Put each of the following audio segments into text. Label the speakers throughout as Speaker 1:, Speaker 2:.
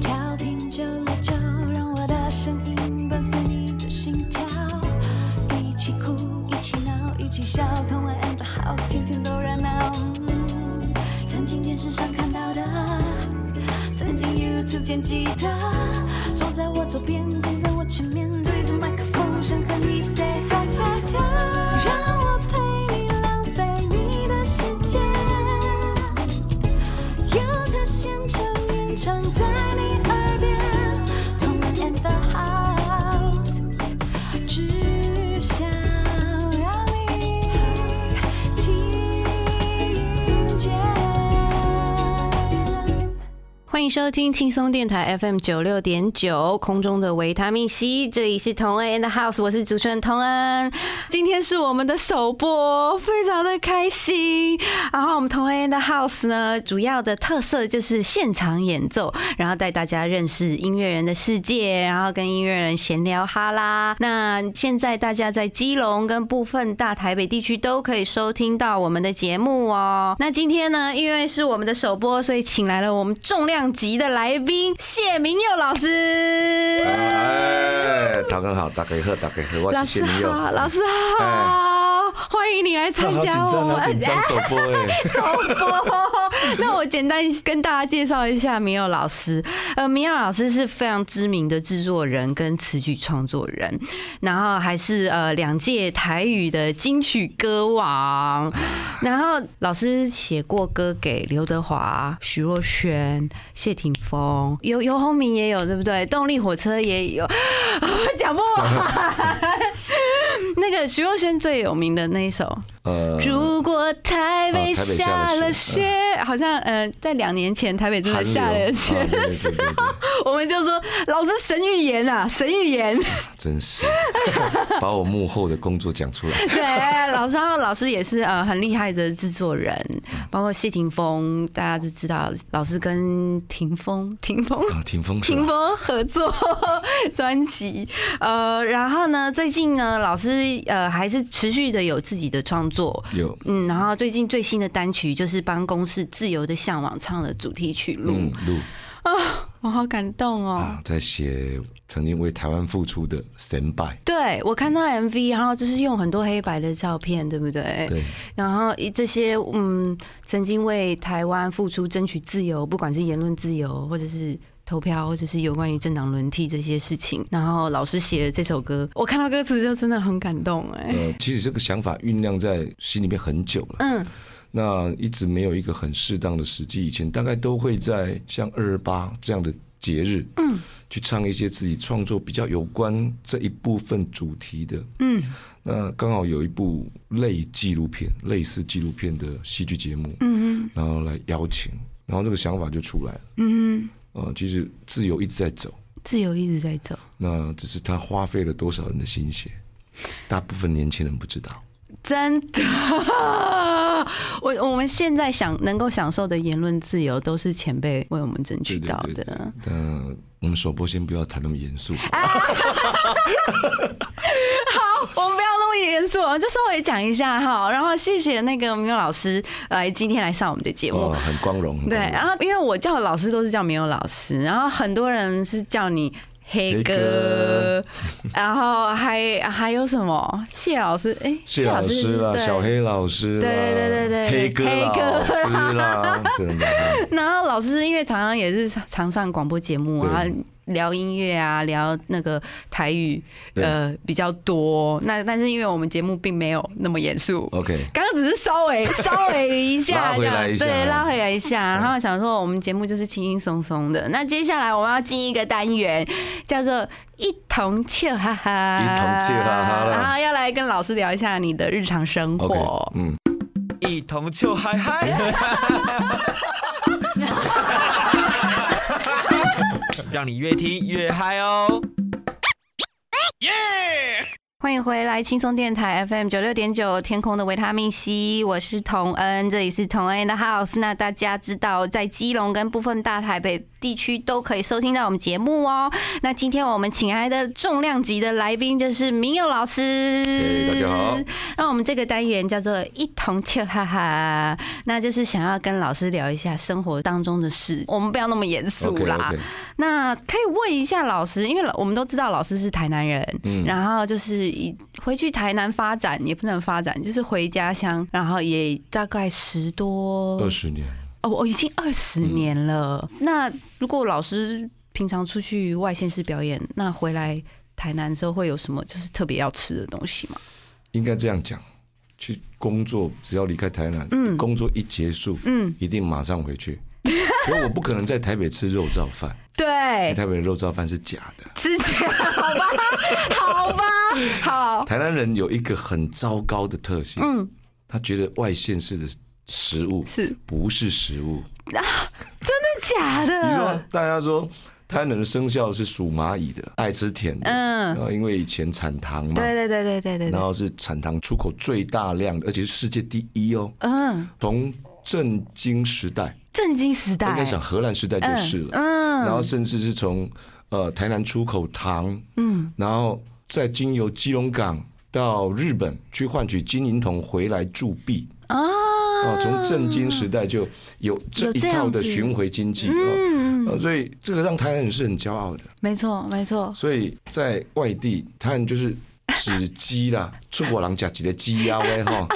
Speaker 1: 调频九六九，让我的声音伴随你的心跳，一起哭，一起闹，一起笑，同玩 and the house，天天都热闹。嗯曾经电视上看到的，曾经 YouTube 见吉他，坐在我左边，站在我前面，对着麦克风，想和你 say hi hi hi，让我陪你浪费你的时间。有个现场演唱在你耳边，同玩 and the house，只想让你听见。
Speaker 2: 欢迎收听轻松电台 FM 九六点九空中的维他命 C，这里是同恩 and house，我是主持人同恩。今天是我们的首播，非常的开心。然后我们同恩 and house 呢，主要的特色就是现场演奏，然后带大家认识音乐人的世界，然后跟音乐人闲聊哈啦。那现在大家在基隆跟部分大台北地区都可以收听到我们的节目哦。那今天呢，因为是我们的首播，所以请来了我们重量级的来宾谢明佑老师。
Speaker 3: 哎，唐哥好，大家好，大家好，我
Speaker 2: 老
Speaker 3: 是谢
Speaker 2: 师
Speaker 3: 明佑。
Speaker 2: 好，老师好
Speaker 3: 哎，
Speaker 2: 欢迎你来参
Speaker 3: 好紧
Speaker 2: 加
Speaker 3: 张，
Speaker 2: 我
Speaker 3: 好紧
Speaker 2: 们。。
Speaker 3: 张，首播哎
Speaker 2: 首播。 那我简单跟大家介绍一下米友老师。呃，米友老师是非常知名的制作人跟词曲创作人，然后还是呃两届台语的金曲歌王。然后老师写过歌给刘德华、徐若瑄、谢霆锋，游游鸿明也有，对不对？动力火车也有， 我讲不完。 那个徐若瑄最有名的那一首
Speaker 3: 呃
Speaker 2: 如果嗯哦台北下了雪，好像呃，在两年前台北真的下了雪
Speaker 3: 寒流啊
Speaker 2: 的
Speaker 3: 对
Speaker 2: 时
Speaker 3: 对对
Speaker 2: 候， 我们就说老师神预言啊，神预 言。
Speaker 3: 真是把我幕后的工作讲出来。
Speaker 2: 对，老师，然后老师也是呃很厉害的制作人，包括谢霆锋，大家都知道，老师跟霆锋， 霆锋。
Speaker 3: 啊，霆锋是
Speaker 2: 霆
Speaker 3: 吧？
Speaker 2: 锋合作 专辑，呃，然后呢，最近呢，老师呃还是持续的有自己的创作，
Speaker 3: 有，
Speaker 2: 嗯，然后最近最新的单曲就是帮公司《自由的向往》唱的主题曲录，
Speaker 3: 嗯，录
Speaker 2: 我好感动哦。
Speaker 3: 啊，在写曾经为台湾付出的 Stand By。
Speaker 2: 对，我看到 MV，然后就是用很多黑白的照片，对不对？
Speaker 3: 对，
Speaker 2: 然后一这些嗯，曾经为台湾付出、争取自由，不管是言论自由，或者是投票，或者是有关于政党轮替这些事情，然后老师写的这首歌，我看到歌词就真的很感动哎、
Speaker 3: 呃，其实这个想法酝酿在心里面很久了。
Speaker 2: 嗯，
Speaker 3: 那一直没有一个很适当的时机，以前大概都会在像二二八这样的节日，嗯，去唱一些自己创作比较有关这一部分主题的，嗯，那刚好有一部类纪录片、类似纪录片的戏剧节目，嗯然后来邀请，然后这个想法就出来了，嗯，呃，其实自由一直在走，
Speaker 2: 自由一直在走。
Speaker 3: 那只是他花费了多少人的心血，大部分年轻人不知道。
Speaker 2: 真的， 我我们现在享能够享受的言论自由，都是前辈为我们争取到
Speaker 3: 对对对
Speaker 2: 的。
Speaker 3: 那我们首播先不要谈那么严肃，
Speaker 2: 哎我们不要那么严肃，我啊们就稍微讲一下哈。然后谢谢那个明友老师来今天来上我们的节目。
Speaker 3: 哦，很光荣。很
Speaker 2: 对，啊
Speaker 3: 光荣
Speaker 2: 然后因为我叫老师都是叫明友老师，然后很多人是叫你。黑
Speaker 3: 黑
Speaker 2: 哥
Speaker 3: 哥，
Speaker 2: 然后还还有什么谢老师？哎、
Speaker 3: 谢老师啦，
Speaker 2: 对
Speaker 3: 小黑老师啦，
Speaker 2: 对对对对对
Speaker 3: 黑哥
Speaker 2: 黑哥
Speaker 3: 老师啦，真的啊，
Speaker 2: 然后老师因为常常也是常上广播节目啊
Speaker 3: 对，
Speaker 2: 聊音乐啊，聊那个台语，
Speaker 3: 对
Speaker 2: 呃，比较多。那但是因为我们节目并没有那么严肃。
Speaker 3: OK，
Speaker 2: 刚刚只是稍微稍微一下，
Speaker 3: 哦 拉回来一
Speaker 2: 这
Speaker 3: 下
Speaker 2: 样对，
Speaker 3: 嗯
Speaker 2: 拉回来一下。然后想说，我们节目就是轻轻松松的。那接下来我们要进一个单元，叫做一同笑哈哈，
Speaker 3: 一同笑哈哈啦
Speaker 2: 然后要来跟老师聊一下你的日常生活。
Speaker 3: OK，嗯，
Speaker 4: 一同就嗨嗨，让你越听越嗨哦！
Speaker 2: 欢迎回来，轻松电台 FM 九六点九，天空的维他命 C，我是童恩，这里是童恩的 House。那大家知道，在基隆跟部分大台北地区都可以收听到我们节目哦。那今天我们请来的重量级的来宾就是明佑老师
Speaker 3: 哎，大家好。
Speaker 2: 那我们这个单元叫做一同切哈哈，那就是想要跟老师聊一下生活当中的事，我们不要那么严肃
Speaker 3: OK
Speaker 2: 啦。
Speaker 3: OK，
Speaker 2: 那可以问一下老师，因为老我们都知道老师是台南人，
Speaker 3: 嗯
Speaker 2: 然后就是以回去台南发展，也不能发展，就是回家乡，然后也大概十多
Speaker 3: 二十嗯年，
Speaker 2: 哦，我已经二十年了。那如果老师平常出去外县市表演，那回来台南之后会有什么就是特别要吃的东西吗？
Speaker 3: 应该这样讲。去工作，只要离开台南，
Speaker 2: 嗯
Speaker 3: 工作一结束，
Speaker 2: 嗯，
Speaker 3: 一定马上回去。 因为我不可能在台北吃肉燥饭，因为
Speaker 2: 对，
Speaker 3: 台北的肉燥饭是假的。
Speaker 2: 吃起来好 吧，好吧，好，
Speaker 3: 台南人有一个很糟糕的特性，
Speaker 2: 哦嗯，
Speaker 3: 他觉得外县市的食物
Speaker 2: 是真
Speaker 3: 不是食物。
Speaker 2: 的假
Speaker 3: 比如说
Speaker 2: 的？，
Speaker 3: 大家说台南人的生肖是属蚂蚁的，爱吃甜的，然
Speaker 2: 嗯，
Speaker 3: 后因为以前产糖嘛，
Speaker 2: 对对对对对对
Speaker 3: 然
Speaker 2: 对，
Speaker 3: 后是产糖出口最大量的，而且是世界第一哦。
Speaker 2: 嗯。
Speaker 3: 从正经时代，
Speaker 2: 震惊时代，
Speaker 3: 应该讲荷兰时代就是了，
Speaker 2: 嗯，
Speaker 3: 然后甚至是从呃台南出口糖，
Speaker 2: 嗯，
Speaker 3: 然后再经由基隆港到日本去换取金银铜回来铸币。
Speaker 2: 啊，
Speaker 3: 啊，从正经时代就有这
Speaker 2: 嗯有
Speaker 3: 一
Speaker 2: 这样
Speaker 3: 套的
Speaker 2: 子
Speaker 3: 巡回经济啊，
Speaker 2: 嗯，
Speaker 3: 呃所以这个让台南人是很骄傲的。
Speaker 2: 没错没错，
Speaker 3: 所以在外地，台南就是指鸡 啦，出国人家几的鸡呀喂哈，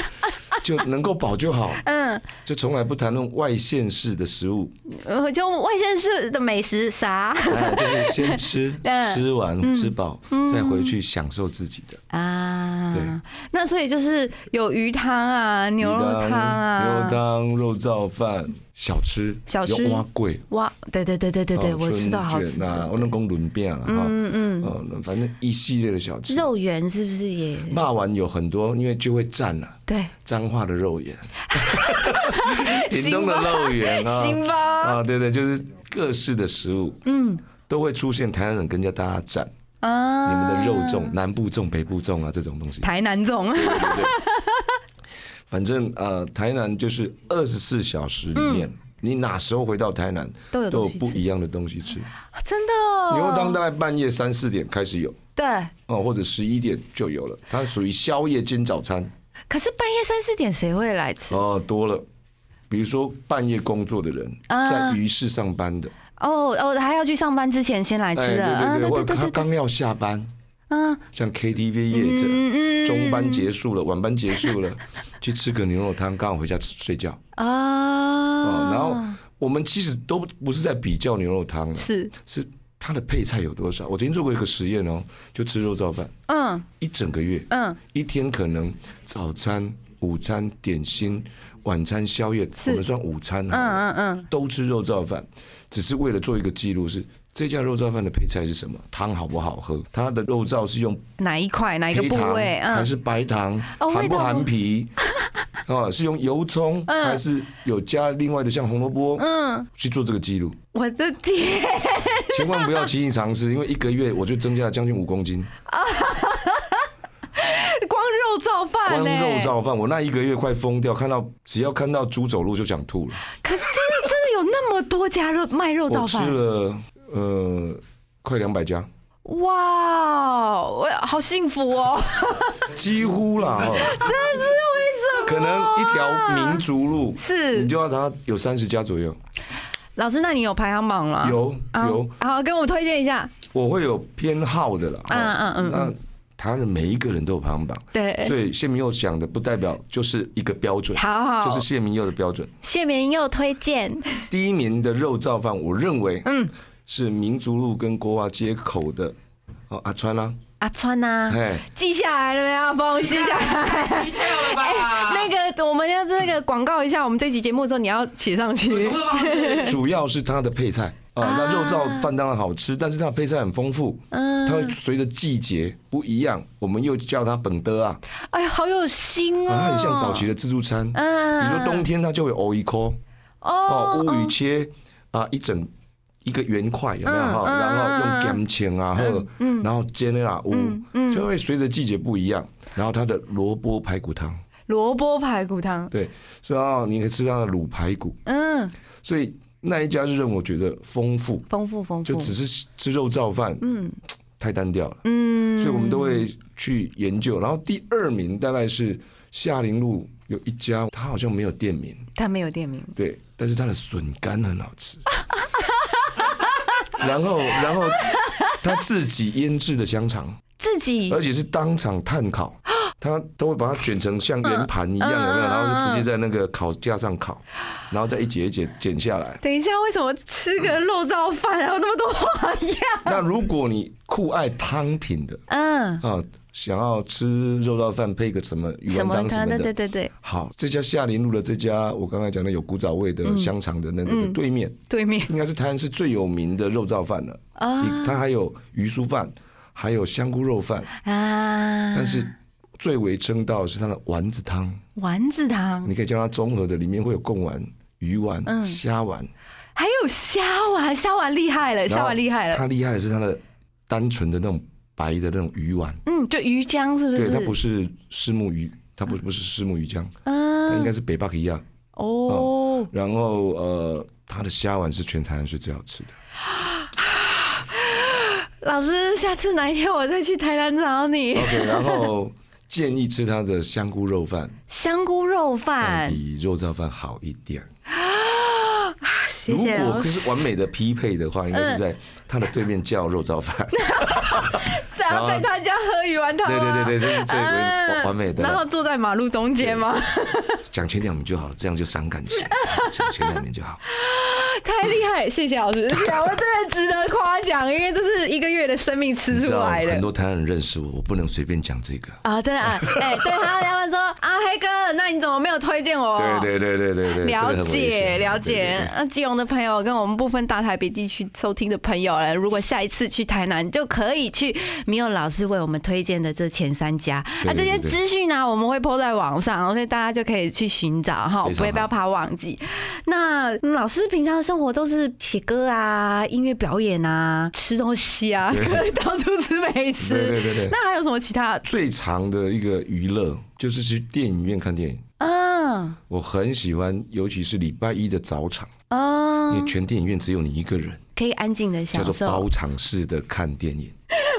Speaker 3: 就能够饱就好，
Speaker 2: 嗯，
Speaker 3: 就从来不谈论外县市的 食物，
Speaker 2: 呃，就外县市的美食啥
Speaker 3: 哎，就是先吃
Speaker 2: 嗯，
Speaker 3: 吃完吃饱，再回去享受自己的
Speaker 2: 啊，
Speaker 3: 对，
Speaker 2: 那所以就是有鱼汤啊，牛肉汤
Speaker 3: 牛
Speaker 2: 啊
Speaker 3: 肉，汤、肉燥饭、小吃，
Speaker 2: 小吃
Speaker 3: 有蛙贵。
Speaker 2: 哇，对对对对对对，
Speaker 3: 哦
Speaker 2: 我吃到好
Speaker 3: 春
Speaker 2: 吃
Speaker 3: 卷啊，
Speaker 2: 的，
Speaker 3: 我能讲轮变了哈，嗯嗯，反正一系列的小吃，
Speaker 2: 肉圆是不是也
Speaker 3: 骂完有很多，因为就会啊占了。
Speaker 2: 对？
Speaker 3: 彰化的肉 圆，屏东的肉圆啊，
Speaker 2: 行吧，
Speaker 3: 啊，对对，就是各式的食物
Speaker 2: 嗯
Speaker 3: 都会出现台南人跟人家大家战，
Speaker 2: 啊，
Speaker 3: 你们的肉粽，南部粽、北部粽啊这种东西，
Speaker 2: 台南粽，
Speaker 3: 反正呃，台南就是二十四小时里面。你哪时候回到台南，
Speaker 2: 嗯都有
Speaker 3: 都有
Speaker 2: 东西
Speaker 3: 不一样的东西吃。
Speaker 2: 真的哦
Speaker 3: 牛肉汤大概半夜三四点开始有，
Speaker 2: 对。
Speaker 3: 哦，或者十一点就有了。它属于宵夜兼早餐。
Speaker 2: 可是半夜三四点谁会来吃？
Speaker 3: 哦，多了，比如说半夜工作的人，
Speaker 2: 啊
Speaker 3: 在鱼市上班的，
Speaker 2: 哦哦，还要去上班之前先来吃
Speaker 3: 哎，
Speaker 2: 的，
Speaker 3: 对对对，
Speaker 2: 啊，
Speaker 3: 或
Speaker 2: 对
Speaker 3: 者
Speaker 2: 对
Speaker 3: 他
Speaker 2: 对对，
Speaker 3: 刚要下班，
Speaker 2: 嗯
Speaker 3: 像 KTV 业者，
Speaker 2: 嗯
Speaker 3: 中班结束了，晚班结束了， 去吃个牛肉汤，刚好回家吃睡觉
Speaker 2: 啊
Speaker 3: 啊。然后我们其实都不是在比较牛肉汤了，
Speaker 2: 是
Speaker 3: 是它的配菜有多少。我曾经做过一个实验哦，就吃肉燥饭，
Speaker 2: 嗯
Speaker 3: 一整个月，
Speaker 2: 嗯
Speaker 3: 一天可能早餐、午餐、点心、晚餐、宵夜，
Speaker 2: 是
Speaker 3: 我们算午餐
Speaker 2: 嗯
Speaker 3: 好了，
Speaker 2: 嗯嗯，
Speaker 3: 都吃肉燥饭，只是为了做一个记录是。这家肉燥饭的配菜是什么？汤好不好喝？它的肉燥是用
Speaker 2: 哪一块哪一个
Speaker 3: 黑
Speaker 2: 部
Speaker 3: 糖
Speaker 2: 位？
Speaker 3: 还
Speaker 2: 嗯
Speaker 3: 是白糖，
Speaker 2: 哦
Speaker 3: 含
Speaker 2: 味道
Speaker 3: 不
Speaker 2: 不
Speaker 3: 含皮？ 哦，是用油葱，
Speaker 2: 嗯
Speaker 3: 还是有加另外的像红萝卜
Speaker 2: 嗯，
Speaker 3: 去做这个记录？
Speaker 2: 我的天，
Speaker 3: 千万不要轻易尝试，因为一个月我就增加了将近五 公斤。
Speaker 2: 光肉燥饭欸
Speaker 3: 光
Speaker 2: 呢？
Speaker 3: 肉，燥饭，我那一个月快疯掉，看到只要看到猪走路就想吐了。
Speaker 2: 可是真的真的有那么多家肉卖肉
Speaker 3: 我
Speaker 2: 燥
Speaker 3: 吃
Speaker 2: 饭？
Speaker 3: 了呃快两百家，
Speaker 2: 哇，哦我好幸福哦！
Speaker 3: 几乎啦，哦
Speaker 2: 这是为什
Speaker 3: 可
Speaker 2: 么？
Speaker 3: 能一条民族路你
Speaker 2: 是
Speaker 3: 就要它有三十家左右，
Speaker 2: 老师，那你有排行榜了？
Speaker 3: 有
Speaker 2: 啊
Speaker 3: 有。
Speaker 2: 好，跟我推荐一下。
Speaker 3: 我会有偏好的啦。
Speaker 2: 嗯嗯嗯嗯
Speaker 3: 那台湾的每一个人都有排行榜，
Speaker 2: 对，
Speaker 3: 所以谢明佑讲的不代表就是一个标准，
Speaker 2: 好好，
Speaker 3: 就是谢明佑的标准。
Speaker 2: 谢明佑推荐，
Speaker 3: 第一名的肉燥饭，我认为嗯是民族路跟国华街口的哦阿川啦，
Speaker 2: 阿川呐、
Speaker 3: 哎，
Speaker 2: 记下来了没有？帮我记下来。啊
Speaker 4: 低调了吧？
Speaker 2: 那个，我们要这个广告一下，我们这期节目之后你要写上去。
Speaker 3: 主要是它的配菜。啊，那肉燥饭当然好吃，但是它的配菜很丰富，
Speaker 2: 嗯
Speaker 3: 它会随着季节不一样，我们又叫它本的啊，
Speaker 2: 哎呀，好有心哦！
Speaker 3: 啊，它很像早期的自助餐，比
Speaker 2: 嗯，
Speaker 3: 如说冬天它就会欧一颗，
Speaker 2: 哦
Speaker 3: 哦，乌鱼切啊，一整一个圆块有没有哈？
Speaker 2: 嗯嗯
Speaker 3: 然后用咸青啊，呵，然后煎的啦，乌，就会随着季节不一样。然后它的萝卜排骨汤，
Speaker 2: 萝卜排骨汤，
Speaker 3: 哦对，所以啊，你可以吃它的卤排骨，
Speaker 2: 嗯，
Speaker 3: 所以那一家是让我觉得丰富，
Speaker 2: 丰富丰富，
Speaker 3: 就只是吃肉燥饭
Speaker 2: 哦嗯
Speaker 3: 太单调了，
Speaker 2: 嗯，
Speaker 3: 所以我们都会去研究。然后第二名大概是夏林路有一家，它好像没有店名，
Speaker 2: 他没有店名，
Speaker 3: 对，但是它的笋干很好吃。 然后，然后他自己腌制的香肠，
Speaker 2: 自己
Speaker 3: 而且是当场炭烤，他都会把它卷成像圆盘一样，有
Speaker 2: 嗯
Speaker 3: 没有？然后就直接在那个烤架上烤，然后再一节一节剪下来。
Speaker 2: 等一下，为什么吃个肉燥饭然后那么多花样？
Speaker 3: 那如果你酷爱汤品的
Speaker 2: 嗯，
Speaker 3: 啊，想要吃肉燥饭配个什么鱼
Speaker 2: 什
Speaker 3: 丸
Speaker 2: 么
Speaker 3: 汤什
Speaker 2: 咖？
Speaker 3: 么
Speaker 2: 对对
Speaker 3: 的，
Speaker 2: 对对，
Speaker 3: 好，这家夏林路的这家我刚才讲的有古早味的香肠的那个
Speaker 2: 嗯
Speaker 3: 的对面，
Speaker 2: 对面
Speaker 3: 应该是台湾是最有名的肉燥饭了。
Speaker 2: 啊
Speaker 3: 它还有鱼酥饭，还有香菇肉饭，
Speaker 2: 啊，
Speaker 3: 但是最为称道的是它的丸子汤。
Speaker 2: 丸子汤
Speaker 3: 你可以叫它综合的，里面会有贡丸、鱼丸、
Speaker 2: 嗯
Speaker 3: 虾丸。
Speaker 2: 还有虾丸，虾丸厉害了，哎虾丸厉害了，
Speaker 3: 它厉害的是它的单纯的那种白的那种鱼丸，
Speaker 2: 嗯，就鱼浆是不是？
Speaker 3: 对，它不是虱目鱼，它不不是虱目鱼浆，它应
Speaker 2: 嗯，
Speaker 3: 该是北巴克一样。
Speaker 2: 哦，
Speaker 3: 然后呃，它的虾丸是全台湾是最好吃的。
Speaker 2: 老师，下次哪一天我再去台南找你。
Speaker 3: OK，然后建议吃它的香菇肉饭，
Speaker 2: 香菇肉饭，
Speaker 3: 比肉燥饭好一点。
Speaker 2: 谢
Speaker 3: 如
Speaker 2: 谢
Speaker 3: 果
Speaker 2: 老
Speaker 3: 可
Speaker 2: 师。
Speaker 3: 是完美的匹配的话，应该是在它的对面叫肉燥饭。
Speaker 2: 然后在他家喝鱼丸汤
Speaker 3: 啊对
Speaker 2: 吗，
Speaker 3: 对对 对，这是最
Speaker 2: 嗯
Speaker 3: 完完美的。
Speaker 2: 然后坐在马路中间吗？
Speaker 3: 讲前两名就好了，这样就伤感 情。讲前两名就 好。
Speaker 2: 太厉害，谢谢老 师，谢谢老师，真的值得夸奖，因为这是一个月的生命吃
Speaker 3: 你知
Speaker 2: 出
Speaker 3: 道
Speaker 2: 来
Speaker 3: 很
Speaker 2: 的。
Speaker 3: 多台湾人认识我，我不能随便讲这个。
Speaker 2: 啊、真的啊，哎、对，还有他们说啊，黑哥，那你怎么没有推荐我？
Speaker 3: 对对对啊对对
Speaker 2: 了解了解。那基隆的朋友跟我们部分大台北地区收听的朋友呢，如果下一次去台南，就可以去米友老师为我们推荐的这前三家。那这
Speaker 3: 对对
Speaker 2: 些
Speaker 3: 对对
Speaker 2: 资讯呢，我们会 PO 在网上，所以大家就可以去寻找哈，
Speaker 3: 非常
Speaker 2: 不
Speaker 3: 好
Speaker 2: 要不要怕忘记。那嗯老师平常的生活都是写歌啊、音乐表演啊、吃东西啊， 到处吃美
Speaker 3: 对
Speaker 2: 食。
Speaker 3: 对对对。
Speaker 2: 那还有什么其他？
Speaker 3: 最长的一个娱乐就是去电影院看电影，
Speaker 2: 嗯
Speaker 3: 我很喜欢，尤其是礼拜一的早场，因为
Speaker 2: 嗯，
Speaker 3: 全电影院只有你一个人，
Speaker 2: 可以安静的
Speaker 3: 叫
Speaker 2: 享
Speaker 3: 做
Speaker 2: 受。
Speaker 3: 包场式的看电影。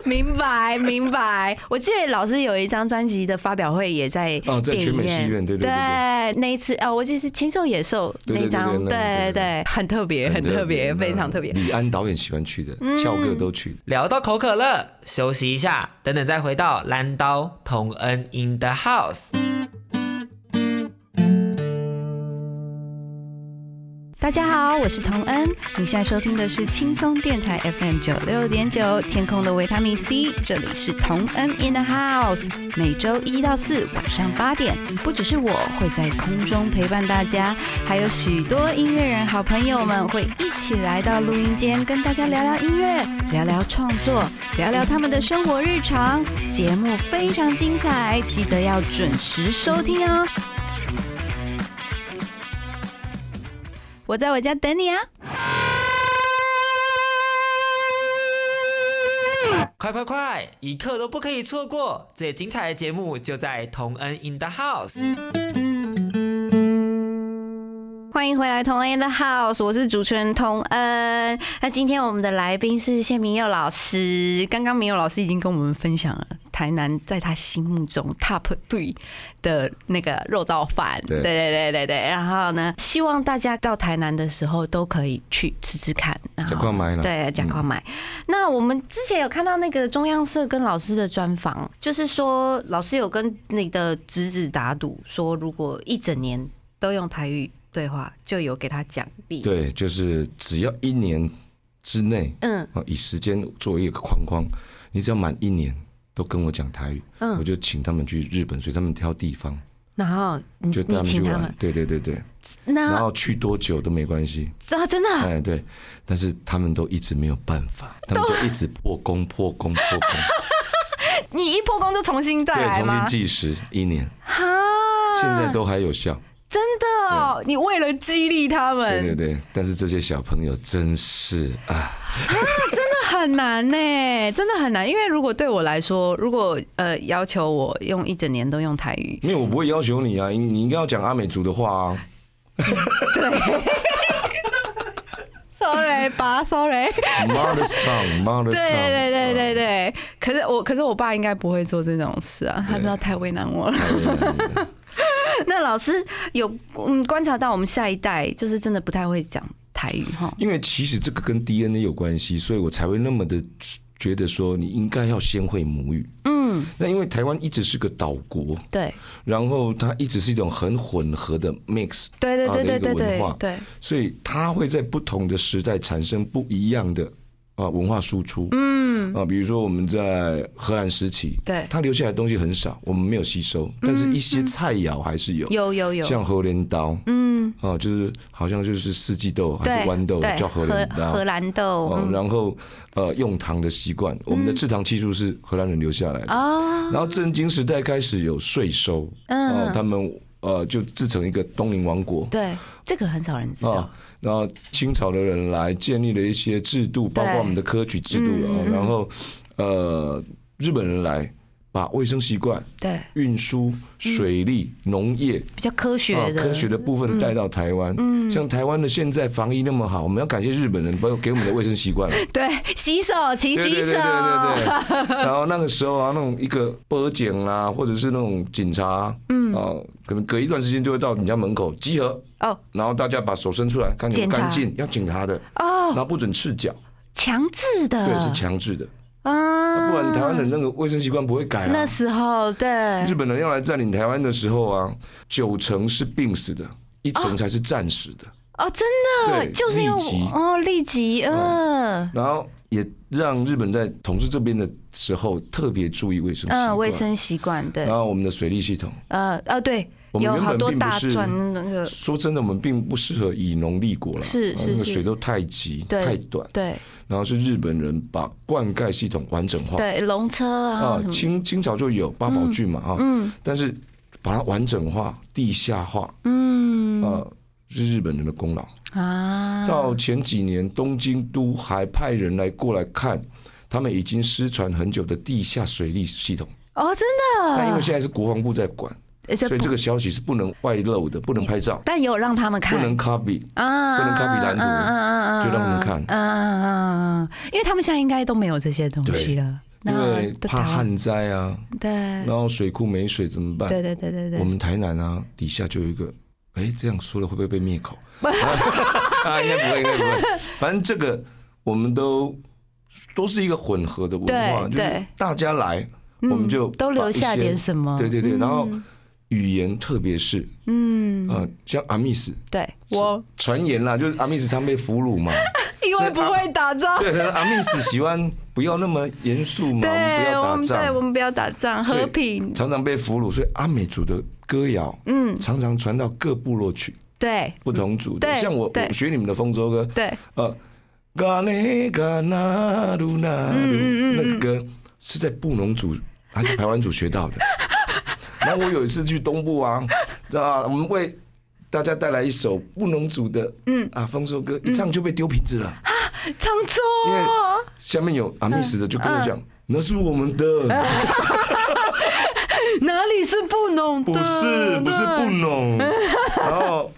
Speaker 2: 明白明白，我记得老师有一张专辑的发表会也在
Speaker 3: 哦在
Speaker 2: 电影
Speaker 3: 全美戏院对对对
Speaker 2: 那一次哦，我记得是《禽兽野兽》
Speaker 3: 对
Speaker 2: 那一
Speaker 3: 对对
Speaker 2: 张，
Speaker 3: 对
Speaker 2: 对
Speaker 3: 对对
Speaker 2: 对，很特别，很特别，非常特别。
Speaker 3: 嗯
Speaker 2: 嗯
Speaker 3: 李安导演喜欢去的，俏哥都去的。
Speaker 4: 聊到口渴了，休息一下，等等再回到蓝刀同恩 in the house。
Speaker 2: 大家好，我是童恩，你现在收听的是轻松电台 FM 九六点九天空的维他命 C，这里是童恩 in the house，每周一到四晚上八点，不只是我会在空中陪伴大家，还有许多音乐人好朋友们会一起来到录音间跟大家聊聊音乐，聊聊创作，聊聊他们的生活日常，节目非常精彩，记得要准时收听哦。我在我家等你啊。
Speaker 4: 快快快，一刻都不可以错过！最精彩的节目就在同恩 in the house。
Speaker 2: 欢迎回来，童恩的 house，我是主持人童恩。那今天我们的来宾是谢明佑老师。刚刚明佑老师已经跟我们分享了台南在他心目中 top 对的那个肉燥饭，
Speaker 3: 对
Speaker 2: 对对对对对。然后呢，希望大家到台南的时候都可以去吃吃看，然
Speaker 3: 假
Speaker 2: 后
Speaker 3: 矿买了，嗯
Speaker 2: 对，假快买。那我们之前有看到那个中央社跟老师的专访，就是说老师有跟你的侄子打赌，说如果一整年都用台语对话，就有给他奖励。，
Speaker 3: 对，就是只要一年之内，
Speaker 2: 嗯
Speaker 3: 啊，以时间作为一个框框，你只要满一年都跟我讲台语，我
Speaker 2: 嗯，
Speaker 3: 就请他们去日本，所以他们挑地方，
Speaker 2: 然后你
Speaker 3: 就
Speaker 2: 嗯你
Speaker 3: 带他们去
Speaker 2: 请他
Speaker 3: 玩
Speaker 2: 们，，啊
Speaker 3: 对对对对，然
Speaker 2: 那
Speaker 3: 后去多久都没关系，
Speaker 2: 啊真 的啊
Speaker 3: 哎对，但是他们都一直没有办法，他们就一直破功破功破 功，
Speaker 2: 你一破功就重新再
Speaker 3: 对，
Speaker 2: 来
Speaker 3: 重
Speaker 2: 吗啊
Speaker 3: 新？计时一年，
Speaker 2: 哈，
Speaker 3: 现在都还有效，
Speaker 2: 真的哦，你为了激励他
Speaker 3: 对对
Speaker 2: 们，
Speaker 3: 对，但是这些小朋友真是啊，
Speaker 2: 那很难呢，真的很难。因为如果对我来说，如果呃要求我用一整年都用台语，
Speaker 3: 因为我不会要求你啊，你你应该要讲阿美族的话啊，
Speaker 2: 对，吧？Sorry。
Speaker 3: Mother's tongue，Mother's
Speaker 2: 对
Speaker 3: tongue，
Speaker 2: 对对
Speaker 3: 嗯
Speaker 2: 对对，可是我可是我爸应该不会做这种事啊，他知道太为难
Speaker 3: 哎
Speaker 2: 我了。
Speaker 3: 对对。
Speaker 2: 那老师有嗯观察到我们下一代就是真的不太会讲台语哈，
Speaker 3: 因为其实这个跟 DNA 有关系，所以我才会那么的觉得说，你应该要先会母语。
Speaker 2: 嗯，
Speaker 3: 那因为台湾一直是个岛国，
Speaker 2: 对
Speaker 3: 然后它一直是一种很混合的 mix，
Speaker 2: 对对
Speaker 3: 啊
Speaker 2: 对
Speaker 3: 的
Speaker 2: 对
Speaker 3: 一
Speaker 2: 对
Speaker 3: 个文
Speaker 2: 对
Speaker 3: 化
Speaker 2: 对，
Speaker 3: 所以它会在不同的时代产生不一样的啊文化输出。嗯啊，比如说我们在荷兰时期，
Speaker 2: 对嗯
Speaker 3: 它留下来的东西很少，我们没有吸收，但是一些菜肴还是有，
Speaker 2: 有有有，
Speaker 3: 像荷莲刀
Speaker 2: 嗯，
Speaker 3: 啊，就是好像就是四季豆还
Speaker 2: 对
Speaker 3: 是豌豆
Speaker 2: 对
Speaker 3: 叫荷莲刀。
Speaker 2: 荷兰豆
Speaker 3: 哦，
Speaker 2: 嗯
Speaker 3: 然后呃，用糖的习惯，我们的制糖技术是荷兰人留下来的。
Speaker 2: 啊，
Speaker 3: 然后郑经时代开始有税收，哦，他
Speaker 2: 嗯，
Speaker 3: 们呃就制成一个东瀛王国。
Speaker 2: 对，这个很少人知道
Speaker 3: 啊，，然后清朝的人来建立了一些制度，包括我们的科举制度
Speaker 2: 嗯
Speaker 3: 啊，
Speaker 2: 嗯
Speaker 3: 然后呃，日本人来把卫生习惯、
Speaker 2: 对，
Speaker 3: 运输、水利、农业
Speaker 2: 比较科学
Speaker 3: 啊
Speaker 2: 的嗯
Speaker 3: 科学的部分带到台湾。像台湾的现在防疫那么好，我们要感谢日本人，包括给我们的卫生 习惯了。
Speaker 2: 对，洗手，
Speaker 3: 对对对对
Speaker 2: 勤洗手，
Speaker 3: 对对。然后那个时候啊，那种一个波警啦，或者是那种警察，嗯，哦，可能隔一段时间就会到你家门口集合，
Speaker 2: 哦
Speaker 3: 然后大家把手伸出来，看你
Speaker 2: 检查
Speaker 3: 干净，要警察的，然
Speaker 2: 哦，嗯
Speaker 3: 后不准赤脚，
Speaker 2: 强制的，
Speaker 3: 对，是强制的，
Speaker 2: 啊，
Speaker 3: 不然台湾的那个卫生习惯不会改
Speaker 2: 那
Speaker 3: 啊。
Speaker 2: 时候对
Speaker 3: 日本人要来占领台湾的时候啊，九成是病死的，一成才是战死的。
Speaker 2: 哦，真的
Speaker 3: 对
Speaker 2: 就是因为
Speaker 3: 痢疾
Speaker 2: 我哦痢疾，嗯
Speaker 3: 然后也让日本在统治这边的时候特别注意卫生习
Speaker 2: 嗯，
Speaker 3: 惯，
Speaker 2: 卫生习惯对
Speaker 3: 然，后我们的水利系统。
Speaker 2: 呃呃对，
Speaker 3: 我们
Speaker 2: 有
Speaker 3: 原
Speaker 2: 好
Speaker 3: 本
Speaker 2: 多
Speaker 3: 并不
Speaker 2: 大
Speaker 3: 是
Speaker 2: 钻那个
Speaker 3: 说真的，我们并不适合以农立国了，
Speaker 2: 是
Speaker 3: 啊
Speaker 2: 是
Speaker 3: 那个
Speaker 2: 是
Speaker 3: 水都太急
Speaker 2: 对
Speaker 3: 太短，
Speaker 2: 对
Speaker 3: 然后是日本人把灌溉系统完整化，
Speaker 2: 对龙车啊
Speaker 3: 啊，
Speaker 2: 什么，
Speaker 3: 清清朝就有八宝郡嘛啊，但是把它完整化、地下化，
Speaker 2: 嗯
Speaker 3: 啊，是日本人的功劳。
Speaker 2: 啊，
Speaker 3: 到前几年，东京都还派人来过来看。他们已经失传很久的地下水利系统，
Speaker 2: 哦真
Speaker 3: 但因为
Speaker 2: 的
Speaker 3: 现在是国防部在管，
Speaker 2: 呃，
Speaker 3: 所以这
Speaker 2: 不
Speaker 3: 个消息是不能外露的，不能拍照，
Speaker 2: 但也有让他们
Speaker 3: 不
Speaker 2: 看
Speaker 3: 能 copy，
Speaker 2: 啊，
Speaker 3: 不能 copy 蓝图
Speaker 2: 嗯
Speaker 3: 就让他们看
Speaker 2: 嗯嗯嗯嗯，因为他们现在应该都没有这些东西
Speaker 3: 对
Speaker 2: 了，
Speaker 3: 因
Speaker 2: 那
Speaker 3: 为
Speaker 2: 都台
Speaker 3: 怕
Speaker 2: 湾
Speaker 3: 旱灾啊，
Speaker 2: 对
Speaker 3: 然后水库没水怎么办？
Speaker 2: 对对对对对
Speaker 3: 我，们台南啊，底下就有一个，哎，这样说了会不会被灭口？ 啊，应该不会，应该不会。反正这个我们都都是一个混合的文化，
Speaker 2: 对
Speaker 3: 就是
Speaker 2: 对
Speaker 3: 大家来，我们就
Speaker 2: 嗯都留
Speaker 3: 把一
Speaker 2: 下
Speaker 3: 些
Speaker 2: 点什么，
Speaker 3: 对对对，然后语言特别是，
Speaker 2: 嗯，
Speaker 3: 呃，像阿密斯
Speaker 2: 对我
Speaker 3: 传言啦，就是阿密斯常被俘虏 嘛，
Speaker 2: 因
Speaker 3: 所
Speaker 2: 为
Speaker 3: 以
Speaker 2: 不
Speaker 3: 啊
Speaker 2: 会打仗。
Speaker 3: 对，可能阿密斯喜欢不要那么严肃嘛，我们不
Speaker 2: 对，
Speaker 3: 要
Speaker 2: 我
Speaker 3: 打
Speaker 2: 们
Speaker 3: 仗，
Speaker 2: 对我们不要打仗，
Speaker 3: 所以
Speaker 2: 和平。
Speaker 3: 常常被俘虏，所以阿美族的歌谣，
Speaker 2: 嗯，
Speaker 3: 常常传到各部落去，
Speaker 2: 对
Speaker 3: 不同族的，
Speaker 2: 对
Speaker 3: 像我
Speaker 2: 对
Speaker 3: 我学你们的丰州歌，
Speaker 2: 对，
Speaker 3: 呃，嘎呢嘎那鲁那鲁
Speaker 2: 嗯嗯嗯嗯
Speaker 3: 那个歌是在布农族还是排湾族学到 的。然后我有一次去东部啊，知道吧我们为大家带来一首布农族的，嗯啊丰收歌，一唱就被丢瓶子了，
Speaker 2: 唱错
Speaker 3: 因为下面
Speaker 2: 嗯
Speaker 3: 有阿密斯的就跟我讲，那是我们的，
Speaker 2: 哪里是不农的？
Speaker 3: 不是不是
Speaker 2: 对
Speaker 3: 布，农，
Speaker 2: 嗯
Speaker 3: 然后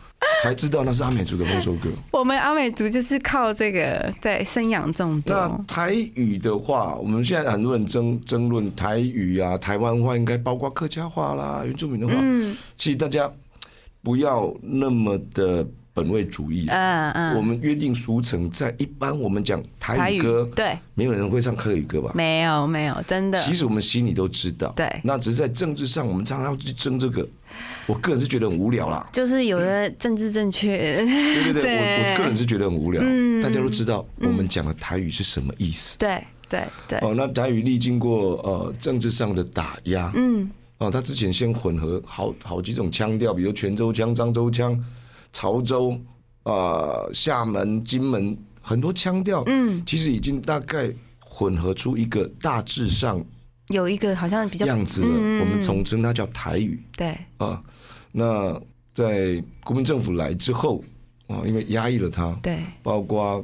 Speaker 3: 才知道那是阿美族的丰收歌。
Speaker 2: 我们阿美族就是靠这个对生养众
Speaker 3: 那
Speaker 2: 多。
Speaker 3: 台语的话，我们现在很多人争争论台语啊，台湾话应该包括客家话啦、原住民的话，
Speaker 2: 嗯
Speaker 3: 其实大家不要那么的本位主义。
Speaker 2: 嗯嗯，
Speaker 3: 我们约定俗成，在一般我们讲
Speaker 2: 台
Speaker 3: 台语歌，
Speaker 2: 对，
Speaker 3: 没有人会唱客语歌吧？
Speaker 2: 没有没有，真的。
Speaker 3: 其实我们心里都知道，
Speaker 2: 对
Speaker 3: 那只是在政治上，我们常常要去争这个。我个人是觉得很无聊啦，
Speaker 2: 就是有的政治正确，
Speaker 3: 对对对，
Speaker 2: 对嗯
Speaker 3: 我我个人是觉得很无聊。大家都知道我们讲的台语是什么意思。
Speaker 2: 对对对，
Speaker 3: 哦，那台语历经过呃政治上的打压，
Speaker 2: 嗯，
Speaker 3: 哦，他之前先混合好好几种腔调，比如泉州腔、漳州腔、潮州、呃厦门、金门很多腔调，
Speaker 2: 嗯，
Speaker 3: 其实已经大概混合出一个大致上
Speaker 2: 有一个好像比较
Speaker 3: 样子了。
Speaker 2: 嗯
Speaker 3: 我们统称它叫台语
Speaker 2: 对
Speaker 3: 啊。那在国民政府来之后啊，因为压抑了它，
Speaker 2: 对，
Speaker 3: 包括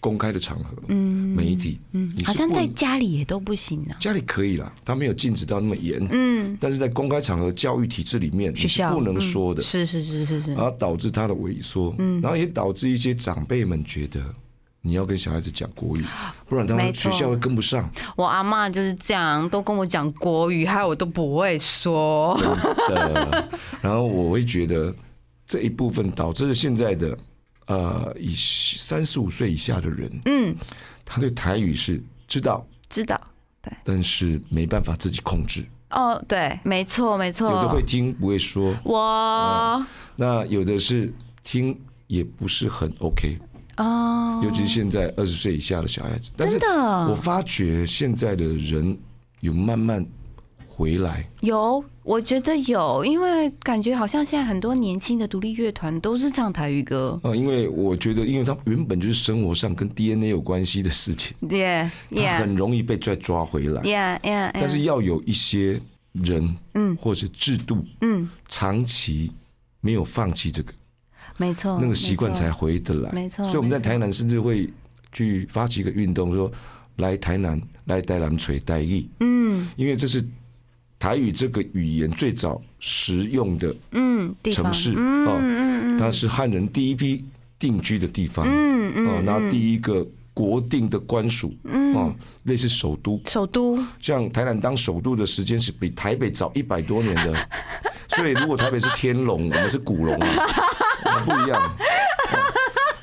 Speaker 3: 公开的场合、
Speaker 2: 嗯
Speaker 3: 媒体，
Speaker 2: 嗯
Speaker 3: 你，是
Speaker 2: 好像
Speaker 3: 不
Speaker 2: 在家里也都不行啊。
Speaker 3: 家里可以啦，他没有禁止到那么严，
Speaker 2: 嗯，
Speaker 3: 但是在公开场合教育体制里面，你
Speaker 2: 学
Speaker 3: 是
Speaker 2: 校
Speaker 3: 不能
Speaker 2: 嗯
Speaker 3: 说的，
Speaker 2: 是是是是是
Speaker 3: 然，后导致他的萎缩，然后也导致一些长辈们觉得你要跟小孩子讲国语，
Speaker 2: 啊
Speaker 3: 不然他们
Speaker 2: 没错
Speaker 3: 学校会跟不上。
Speaker 2: 我阿嬷就是这样，都跟我讲国语，害我都不会说。
Speaker 3: 呃， 然后我会觉得这一部分导致了现在的呃，以三十五岁以下的人，
Speaker 2: 嗯，
Speaker 3: 他对台语是知道，
Speaker 2: 知道。
Speaker 3: 但是没办法自己控制，
Speaker 2: 哦，对，没错，没错。
Speaker 3: 有的会听不会说，
Speaker 2: 我哦
Speaker 3: 那有的是听也不是很 OK，尤其是现在二十岁以下的小孩子。但嗯是
Speaker 2: 真的啊
Speaker 3: 我发觉现在的人有慢慢回来，
Speaker 2: 有，我觉得有，因为感觉好像现在很多年轻的独立乐团都是唱台语歌。
Speaker 3: 呃，因为我觉得，因为他原本就是生活上跟 DNA 有关系的事情，
Speaker 2: Yeah,
Speaker 3: 他
Speaker 2: yeah,
Speaker 3: 很容易被再抓回来。
Speaker 2: yeah, yeah,
Speaker 3: 但是要有一些人，嗯，或者制度，
Speaker 2: 嗯，
Speaker 3: 长期没有放弃这个，
Speaker 2: 没错，
Speaker 3: 那个习惯
Speaker 2: 哦没错
Speaker 3: 才回得来。
Speaker 2: 没错
Speaker 3: 所以我们在台南甚至会去发起一个运动，说来台南，来台南吹台语，
Speaker 2: 嗯
Speaker 3: 因为这是台语这个语言最早实用的
Speaker 2: 嗯，地方
Speaker 3: 城市
Speaker 2: 嗯
Speaker 3: 哦
Speaker 2: 嗯嗯
Speaker 3: 它是汉人第一批定居的地方，
Speaker 2: 嗯嗯
Speaker 3: 哦，然后第一个国定的官署，哦，类似首都，
Speaker 2: 首都
Speaker 3: 像台南当首都的时间是比台北早一百多年的， 所以如果台北是天龙，我们是古龙啊，我们不一样。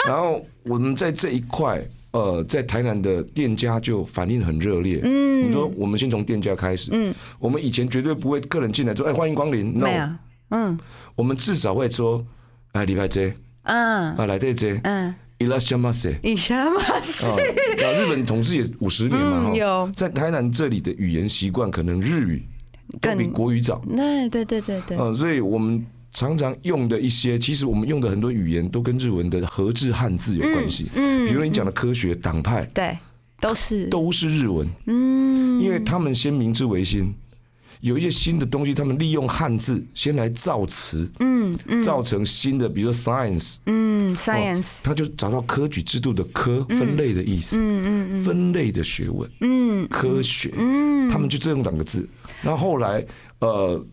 Speaker 3: 然后我们在这一块，呃，在台南的店家就反应很热烈。嗯，我们说我们先从店家开始。嗯，我们以前绝对不会客人进来说，哎，欢迎光临。
Speaker 2: 没
Speaker 3: no，
Speaker 2: 有，嗯
Speaker 3: 我们至少会说，哎，礼拜这
Speaker 2: 嗯
Speaker 3: 啊，来这这，
Speaker 2: 嗯，
Speaker 3: 伊拉西马塞。
Speaker 2: 以前嘛是
Speaker 3: 啊，那日本统治也五十年嘛，
Speaker 2: 嗯
Speaker 3: 哈
Speaker 2: 有
Speaker 3: 在台南这里的语言习惯，可能日语都
Speaker 2: 更
Speaker 3: 比国语早，
Speaker 2: 那对对对对，
Speaker 3: 嗯，所以我们常常用的一些，其实我们用的很多语言都跟日文的和制汉字有关系，
Speaker 2: 嗯
Speaker 3: 比如你讲的科学、党派
Speaker 2: 对，都是
Speaker 3: 都是日文，
Speaker 2: 嗯
Speaker 3: 因为他们先明治维新。有一些新的东西，他们利用汉字先来造词，
Speaker 2: 嗯嗯
Speaker 3: 造哦成新的，比如说 science，
Speaker 2: 嗯，science，
Speaker 3: 他就找到科举制度的科分类的意思，
Speaker 2: 嗯嗯
Speaker 3: 分类的学问，
Speaker 2: 嗯
Speaker 3: 科学，
Speaker 2: 嗯，
Speaker 3: 他们就这用两个字。然后后来，呃，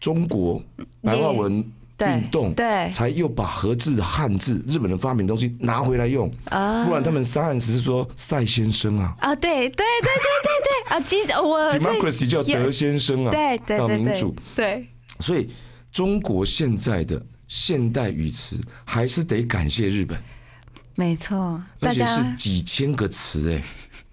Speaker 3: 中国白话文
Speaker 2: 对
Speaker 3: 运动
Speaker 2: 对
Speaker 3: 才又把和字的汉字，日本人发明的东西拿回来用，
Speaker 2: 啊
Speaker 3: 不然他们汉字是说赛先生啊
Speaker 2: 啊，对对对对对对啊，其实 我在
Speaker 3: ，democracy 叫德先生啊，
Speaker 2: 对对
Speaker 3: 啊
Speaker 2: 对
Speaker 3: 民
Speaker 2: 对
Speaker 3: 主。
Speaker 2: 对，
Speaker 3: 所以中国现在的现代语词还是得感谢日本，
Speaker 2: 没错，大
Speaker 3: 而且
Speaker 2: 家
Speaker 3: 是几千个词哎、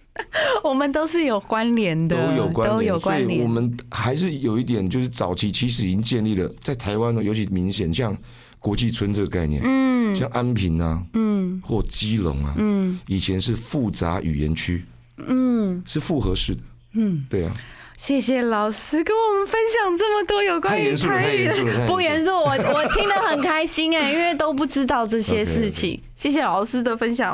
Speaker 2: 我们都是有关联
Speaker 3: 都
Speaker 2: 的，
Speaker 3: 有关
Speaker 2: 都
Speaker 3: 联，
Speaker 2: 有关
Speaker 3: 所以我
Speaker 2: 联，
Speaker 3: 们还是有一点，就是早期其实已经建立了，在台湾呢，尤其明显，像国际村这个概念，嗯，像安平啊，嗯，或基隆啊，嗯，以前是复杂语言区，嗯，是复合式的，嗯，对啊，
Speaker 2: 谢谢老师跟我们分享这么多有关
Speaker 3: 太
Speaker 2: 于
Speaker 3: 严肃了
Speaker 2: 台语
Speaker 3: 太严肃了太
Speaker 2: 的，
Speaker 3: 严肃了
Speaker 2: 不严肃，我我听得很开心哎，因为都不知道这些
Speaker 3: OK，OK
Speaker 2: 事情，谢谢老师的分享。